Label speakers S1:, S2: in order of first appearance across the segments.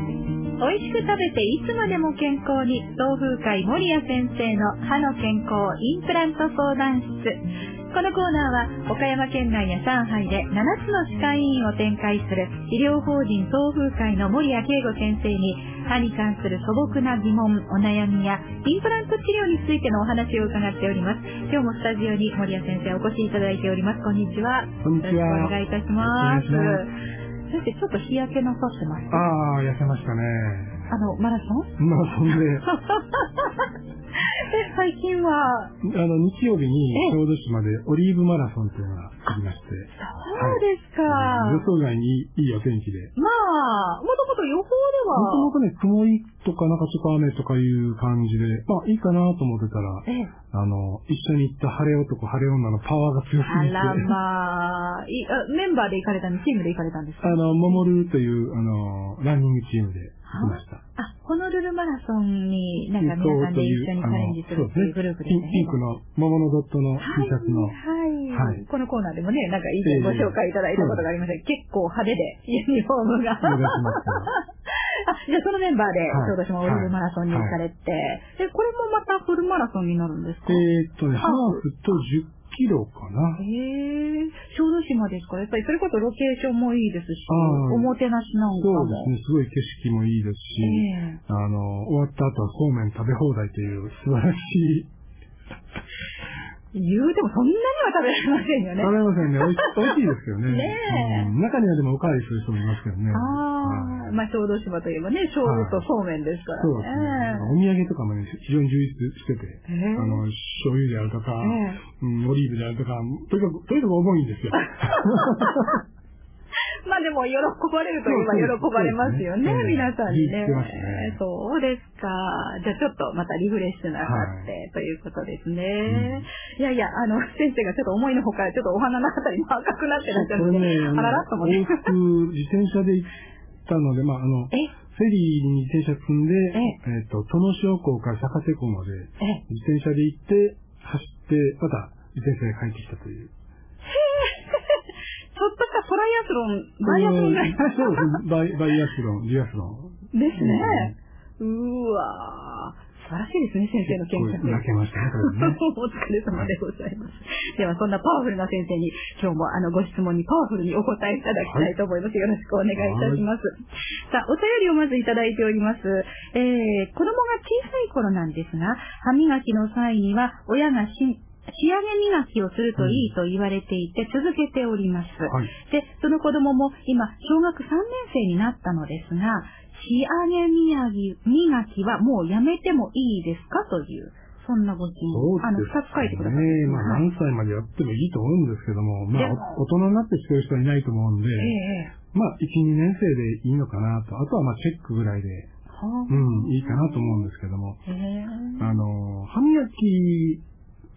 S1: 美味しく食べていつまでも健康に東風会守屋先生の歯の健康インプラント相談室このコーナーは岡山県内や上海で7つの歯科医院を展開する医療法人東風会の守屋圭吾先生に歯に関する素朴な疑問お悩みやインプラント治療についてのお話を伺っております今日もスタジオに守屋先生お越しいただいておりますこんにちは
S2: こんにちは
S1: よろしくお願いいたします
S2: よろしくお願いし
S1: 先生ちょっと日焼けなさってますか
S2: ああ、痩せましたね。
S1: あのマラソン
S2: まあ、そんで、
S1: え最近は、
S2: あの、日曜日に
S1: ええ
S2: 小豆島でオリーブマラソンっていうのがありまして、
S1: そうですか。
S2: 予想外にいいいいお天気で、
S1: まあ、もともと予報で
S2: もとも
S1: は、
S2: とね、曇りとかなんかちょっと雨とかいう感じで、まあ、いいかなと思ってたら、
S1: ええ、
S2: あの、一緒に行った晴れ男、晴れ女のパワーが強す
S1: あ
S2: ぎて、
S1: らまあ、いあメンバーで行かれたの、チームで行かれたんですか
S2: あの、守るという、あの、ランニングチームで行きました。
S1: あ、ホノルルマラソンに、なんか皆さんで一緒にチャレンジするっていうグループです
S2: ピンピン
S1: ね
S2: ク。の桃のドットの T シャツの、
S1: はい、は。
S2: はいい
S1: このコーナーでもね、なんか以前ご紹介いただいたことがありましたけど、結構派手で、ユニフォームが。
S2: 目立ちました。
S1: あ、じゃあそのメンバーで、
S2: はい
S1: ちょうど島オリーブマラソンに行かれて、で、これもまたフルマラソンになるん ですかへ
S2: えーっとね、ハーフと10キロかな。
S1: え小豆島ですから、やっぱりそれこそロケーションもいいですし
S2: あ、ー
S1: おもてなしなんか
S2: そ
S1: も。
S2: うですね、すごい景色もいいですし、
S1: ええ
S2: あの、終わった後はそうめん食べ放題という素晴らしい、
S1: 言うてもそんなには食べられませんよね
S2: 食。べませんね、おいし美味しいですけどね。
S1: ねえ
S2: うん中にはでもおかわりする人もいますけどね。
S1: ああ、
S2: はい
S1: まあ小豆島といえばね、醤油とそうめんですから
S2: そうですね。
S1: ね。
S2: お土産とかもね、非常に充実してて、
S1: ええ
S2: あの、醤油であるとか、
S1: ええ
S2: うんオリーブであるとか、とにかく、とにかく重いん ですよ。
S1: まあでも、喜ばれるといえば
S2: そうそう
S1: 喜ばれますよね、
S2: そうですね
S1: 皆さんに
S2: 言
S1: ね
S2: ってましたね
S1: そうですか。じゃあちょっとまたリフレッシュなさって、ということですね、いやいや、あの、先生がちょっと思いのほか、ちょっとお鼻のあたりも赤くなってらっしゃる
S2: こ
S1: の
S2: れ
S1: で、
S2: ね、
S1: あららっと思って。
S2: 往復自転車で行ったので、まあ、あの、
S1: え、
S2: フェリーに自転車積んで、
S1: え
S2: えっ、と、殿塩港から坂瀬港まで
S1: え、
S2: 自転車で行って、走って、また自転車で帰ってきたという。
S1: ちょっとしたトライアスロン、バイアスロンぐらい。
S2: うんそうですね。バイバイアスロン、デュアスロン。
S1: ですね。うーわー。素晴らしいですね、先生の見学
S2: 結構泣けましたね、これね。
S1: お疲れ様でございます。では、そんなパワフルな先生に、今日もあの、ご質問にパワフルにお答えいただきたいと思います。よろしくお願いいたします。さあ、お便りをまずいただいております。えー、子供が小さい頃なんですが、歯磨きの際には、親がし仕上げ磨きをするといいと言われていて、続けております。
S2: はい。
S1: で、その子供も今、小学3年生になったのですが、仕上げ磨き磨きはもうやめてもいいですかという、そんなご質
S2: そう
S1: 問。あの、
S2: です
S1: 二つ書いてください。
S2: ね。まあ、
S1: はい
S2: 何歳までやってもいいと思うんですけども、まあ
S1: でも、
S2: お大人になってしてる人はいないと思うんで、
S1: ええええ
S2: まあ、1、2年生でいいのかなと。あとは、まあ、チェックぐらいで、
S1: はあ
S2: うん、いいかなと思うんですけども。
S1: へえ
S2: あの、歯磨き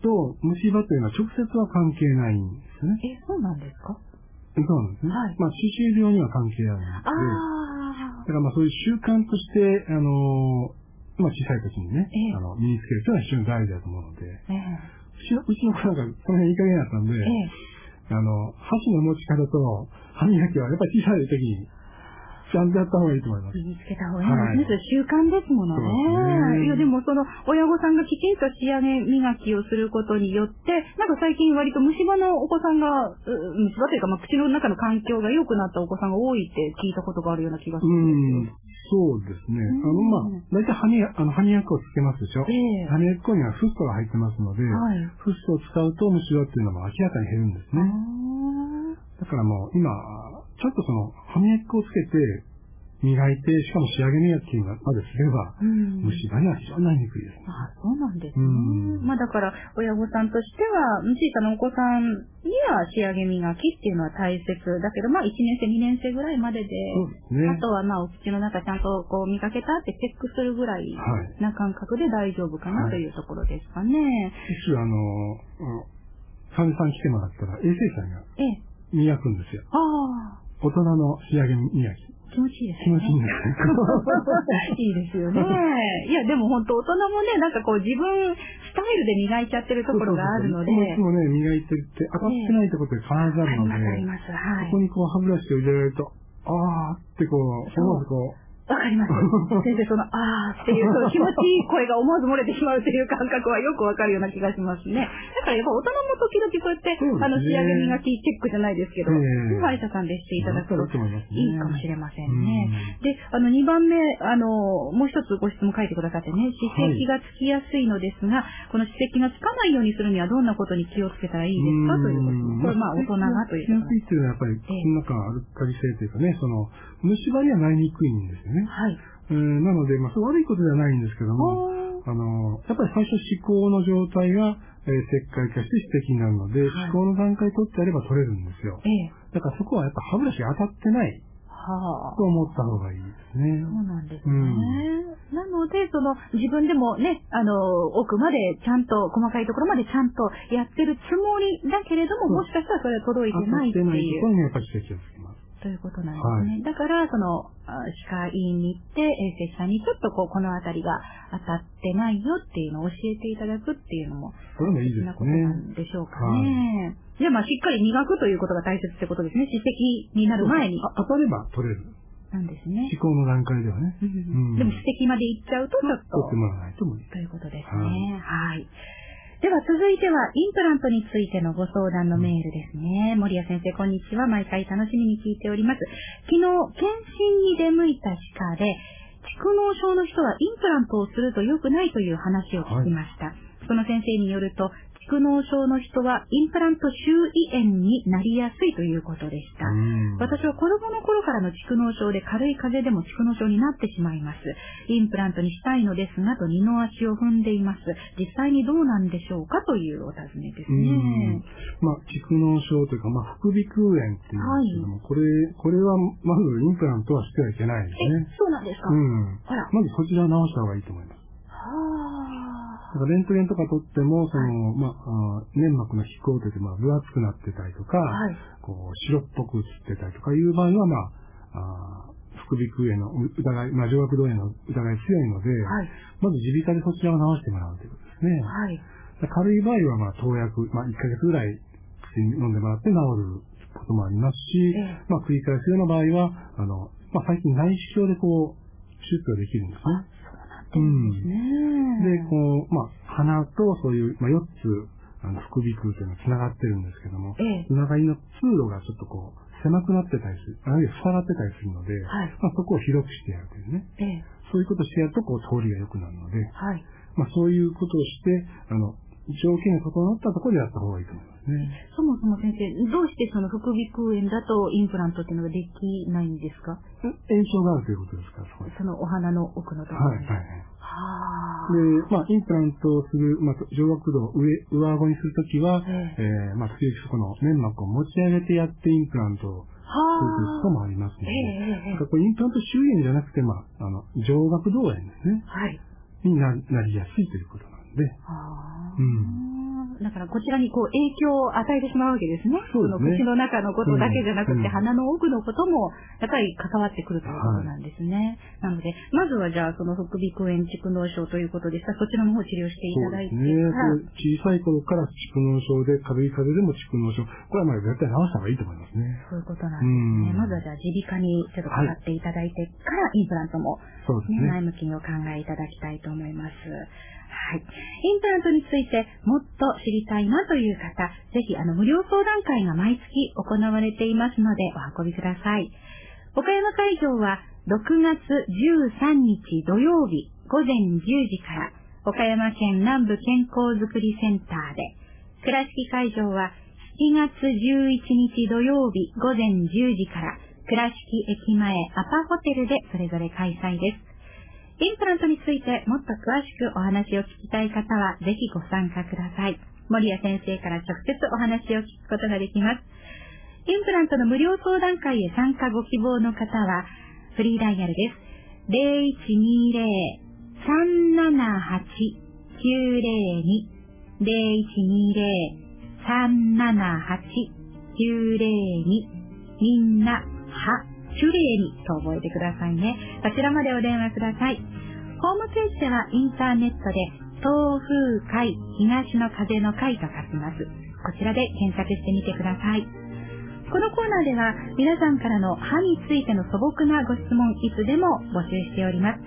S2: と虫歯というのは直接は関係ないんですね。
S1: え、そうなんですか
S2: そうなんですね。
S1: はい
S2: まあ、歯周病には関係あるんです
S1: ああ
S2: だからまあそういう習慣として、あの、まあ小さい時にね、
S1: ええ
S2: あの、身につけるというのは非常に大事だと思うので、う
S1: ー。え
S2: ちのうちの子なんかその辺いい加減だったんで、
S1: えええ
S2: あの、箸の持ち方と歯磨きはやっぱり小さい時に、ちゃんとやった方がいいと思いま
S1: 身
S2: す。
S1: につけた方がいいですね。習
S2: は
S1: 慣ですものね。
S2: そう
S1: いや、で
S2: ですね
S1: もその、親御さんがきちんと仕上げ磨きをすることによって、なんか最近割と虫歯のお子さんが、う虫歯というか、まあ、口の中の環境が良くなったお子さんが多いって聞いたことがあるような気がす
S2: う
S1: るん
S2: ん
S1: です、
S2: そうですね。あの、まあ、大体歯に、あの、歯磨きをつけますでし
S1: け
S2: ょ。
S1: ど。ええ
S2: 歯磨き粉にはフッ素が入ってますので、
S1: はい。あ
S2: フッ素を使うと虫歯っていうのも明らかに減るんですね。
S1: ー
S2: だからもう今、ちょっとその歯磨き粉をつけて磨いて、しかも仕上げ磨きまですれば、
S1: うん
S2: 虫歯には非常になりにくいです。
S1: あそうなんですね。
S2: うん
S1: まあだから、親御さんとしては、小さなお子さんには仕上げ磨きっていうのは大切だけど、まあ1年生、2年生ぐらいまでで、
S2: そうですね。
S1: あとはまあお口の中ちゃんとこう見かけたってチェックするぐらい
S2: はい。
S1: な感覚で大丈夫か
S2: は
S1: ないというところですかね。
S2: 一種あの、うん患者さん来てもらったら衛生士さんが
S1: ええ。
S2: 磨くんですよ。
S1: ああ、
S2: 大人の仕上げ磨き。
S1: 気持ちいいですね。
S2: 気持ちいいんです
S1: いいですよ ね。いや、でも本当大人もね、なんかこう自分スタイルで磨いちゃってるところがあるので。
S2: いつもね、磨いてって当たってないところって必ずあ
S1: あり
S2: るの
S1: ます、あり
S2: で、
S1: ます。はい
S2: ここ。にこう歯ブラシを入れられると、あーってこう、思わずこう、
S1: わかり ます。先生、その、あーっていう、その気持ちいい声が思わず漏れてしまうという感覚はよくわかるような気がしますね。だからやっぱ大人も時々こうやって、
S2: そうですね
S1: あの、仕上げ磨きチェックじゃないですけど、
S2: ええ
S1: 歯医者さんでしていただくと
S2: と思いますね。
S1: いいかもしれませんね。
S2: ね。
S1: で、あの、2番目、あの、もう一つご質問書いてくださってね、歯石がつきやすいのですが、この歯石がつかないようにするにはどんなことに気をつけたらいいですかということ。これ、まあ、大人がという
S2: や
S1: こと
S2: すいっていうのはやっぱり、
S1: ええ
S2: なんかアルカリ性というかね、その、虫歯にはなりにくいんですよね。
S1: はい。
S2: うんなので、まあ、そう悪いことではないんですけども、
S1: おー
S2: あの、やっぱり最初歯垢の状態が、えー石灰化して歯石になるので、
S1: はい
S2: 歯垢の段階取ってやれば取れるんですよ。
S1: ええ。
S2: だからそこはやっぱ歯ブラシ当たってない
S1: はあ
S2: と。思った方がいいですね。
S1: そうなんですね。
S2: うん
S1: なので、その、自分でもね、あの、奥までちゃんと、細かいところまでちゃんとやってるつもりだけれども、もしかしたらそれは届いて
S2: 当
S1: な
S2: た
S1: い
S2: っ
S1: って
S2: てない
S1: い
S2: とこ
S1: う、
S2: ろにやっぱり歯石をつきます。
S1: ということなんですね。だから、その、あ歯科医院に行って、衛生士さんにちょっとこう、このあたりが当たってないよっていうのを教えていただくっていうのも、
S2: それもいいで
S1: そ
S2: す
S1: ん
S2: ね
S1: な。ことなんでしょうかね。じゃあ、まあ、しっかり磨くということが大切ってことですね。歯石になる前に。
S2: あ当たれば取れる。
S1: なんですね
S2: 歯。垢の段階ではね。
S1: うん
S2: うん
S1: でも、歯石まで行っちゃうと、ちょっ
S2: 取っ
S1: と
S2: て。もらわないともいい。
S1: ということですね。はい。では続いては、インプラントについてのご相談のメールですね。森谷先生、こんにちは。毎回楽しみに聞いております。昨日、検診に出向いた歯科で、蓄膿症の人はインプラントをすると良くないという話を聞きました。その先生によると、蓄膿症の人はインプラント周囲炎になりやすいということでした。
S2: うん
S1: 私は子供の頃からの蓄膿症で軽い風邪でも蓄膿症になってしまいます。インプラントにしたいのですが、と二の足を踏んでいます。実際にどうなんでしょうかというお尋ねです
S2: うん
S1: ね。
S2: まあ、蓄膿症というか、まあ、副鼻腔炎っていうんですけども、これ、これは、まずインプラントはしてはいけないですね。
S1: え、そうなんですか、
S2: うん。
S1: あら。は
S2: まずそちらを直した方がいいと思います。だ
S1: あ。
S2: からレントゲンとか取っても、その、まあ、あー粘膜の飛行というまあ、分厚くなってたりとか、
S1: はい。
S2: こう、白っぽく映ってたりとかいう場合は、まあ、あー副鼻腔炎の疑い、まあ、上顎動炎の疑い強いので、
S1: はい。
S2: まず耳鼻科でそちらを直してもらうということですね。
S1: はい。
S2: 軽い場合は、まあ、投薬、まあ、1ヶ月ぐらい口に飲んでもらって治ることもありますし、
S1: ええ
S2: まあ、繰り返すような場合は、あの、まあ、最近内視鏡でこう、手術ができるんです
S1: あ、そうなってるんですね。
S2: ね。で、こう、まあ、鼻とそういう、まあ、4つ、あの、副鼻腔というのが繋がってるんですけども、
S1: ええ。
S2: つながりの通路がちょっとこう、狭くなってたりする、あるいは塞がってたりするので、
S1: はい。
S2: まあ、そこを広くしてやるというね。
S1: ええ。
S2: そういうことをしてやると、こう、通りが良くなるので、
S1: はい。
S2: まあ、そういうことをして、あの、条件が整ったところでやった方がいいと思いますね。
S1: そもそも先生、どうしてその副鼻腔炎だとインプラントっていうのができないんですか
S2: 炎症があるということですから、そこに。
S1: そのお花の奥のとこ
S2: はい、
S1: ろ
S2: はい
S1: に。、はあ。
S2: はい。で、まあ、インプラントをする、まあ、上顎度を上、上顎にするときは、
S1: え
S2: えー、まあ、時々そこの粘膜を持ち上げてやってインプラントをす
S1: は
S2: るということ
S1: あ。
S2: もありますの
S1: ええええ
S2: で、
S1: ええ
S2: だからこれインプラント周囲じゃなくて、まあ、あの、上顎動炎ですね。
S1: はい。
S2: にななりやすいということなんで、
S1: あ
S2: う
S1: あ。だからこちらにこう影響を与えてしまうわけですね。
S2: そうですね
S1: の口の中のことだけじゃなく
S2: うんう
S1: て、
S2: ん
S1: 鼻の奥のことも、やっぱり関わってくるということなんですね。なので、まずはじゃあその副鼻腔炎蓄膿症ということでしたら、そちらの方を治療してい
S2: そ
S1: た
S2: う
S1: だい
S2: で
S1: て
S2: すね。
S1: から、
S2: これ小さい頃から蓄膿症で、軽い風邪でも蓄膿症。これはまあ絶対治した方がいいと思いますね。
S1: そういうことなんですね。
S2: うん
S1: まずはじゃあ耳鼻科にちょっとかかっていただいてから、インプラントも
S2: そうです
S1: ね、前
S2: ね。
S1: 向きにお考えいただきたいと思います。はい。インプラントについてもっと知りたいなという方、ぜひあの無料相談会が毎月行われていますのでお運びください。岡山会場は6月13日土曜日午前10時から岡山県南部健康づくりセンターで、倉敷会場は7月11日土曜日午前10時から倉敷駅前アパホテルでそれぞれ開催です。インプラントについてもっと詳しくお話を聞きたい方はぜひご参加ください。森谷先生から直接お話を聞くことができます。インプラントの無料相談会へ参加ご希望の方はフリーダイヤルです。0120-378-902 0120-378-902みんな、は、キュレイにと覚えてくださいね。こちらまでお電話ください。ホームページではインターネットで、東風会、東の風の会と書きます。こちらで検索してみてください。このコーナーでは皆さんからの歯についての素朴なご質問いつでも募集しております。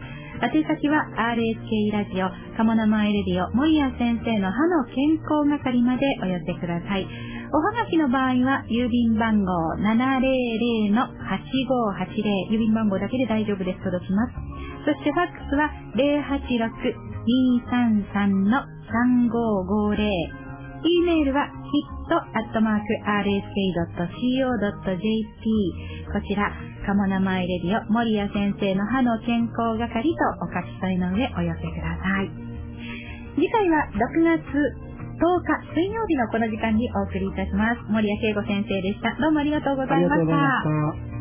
S1: 宛先は RSK ラジオ、カモ生エレディオ、モリア先生の歯の健康係までお寄せください。おはがきの場合は、郵便番号700-8580、郵便番号だけで大丈夫です。届きます。そしてファックスは、086-233-3550。e メールは hit.rsk.co.jp こちら、カモ生エレディオ、森谷先生の歯の健康係とお書き添えの上お寄せください。次回は6月10日水曜日のこの時間にお送りいたします。森谷慶吾先生でした。どうもありがとうござ
S2: あ
S1: い
S2: りが
S1: ま
S2: と
S1: し
S2: うござい
S1: た。
S2: ました。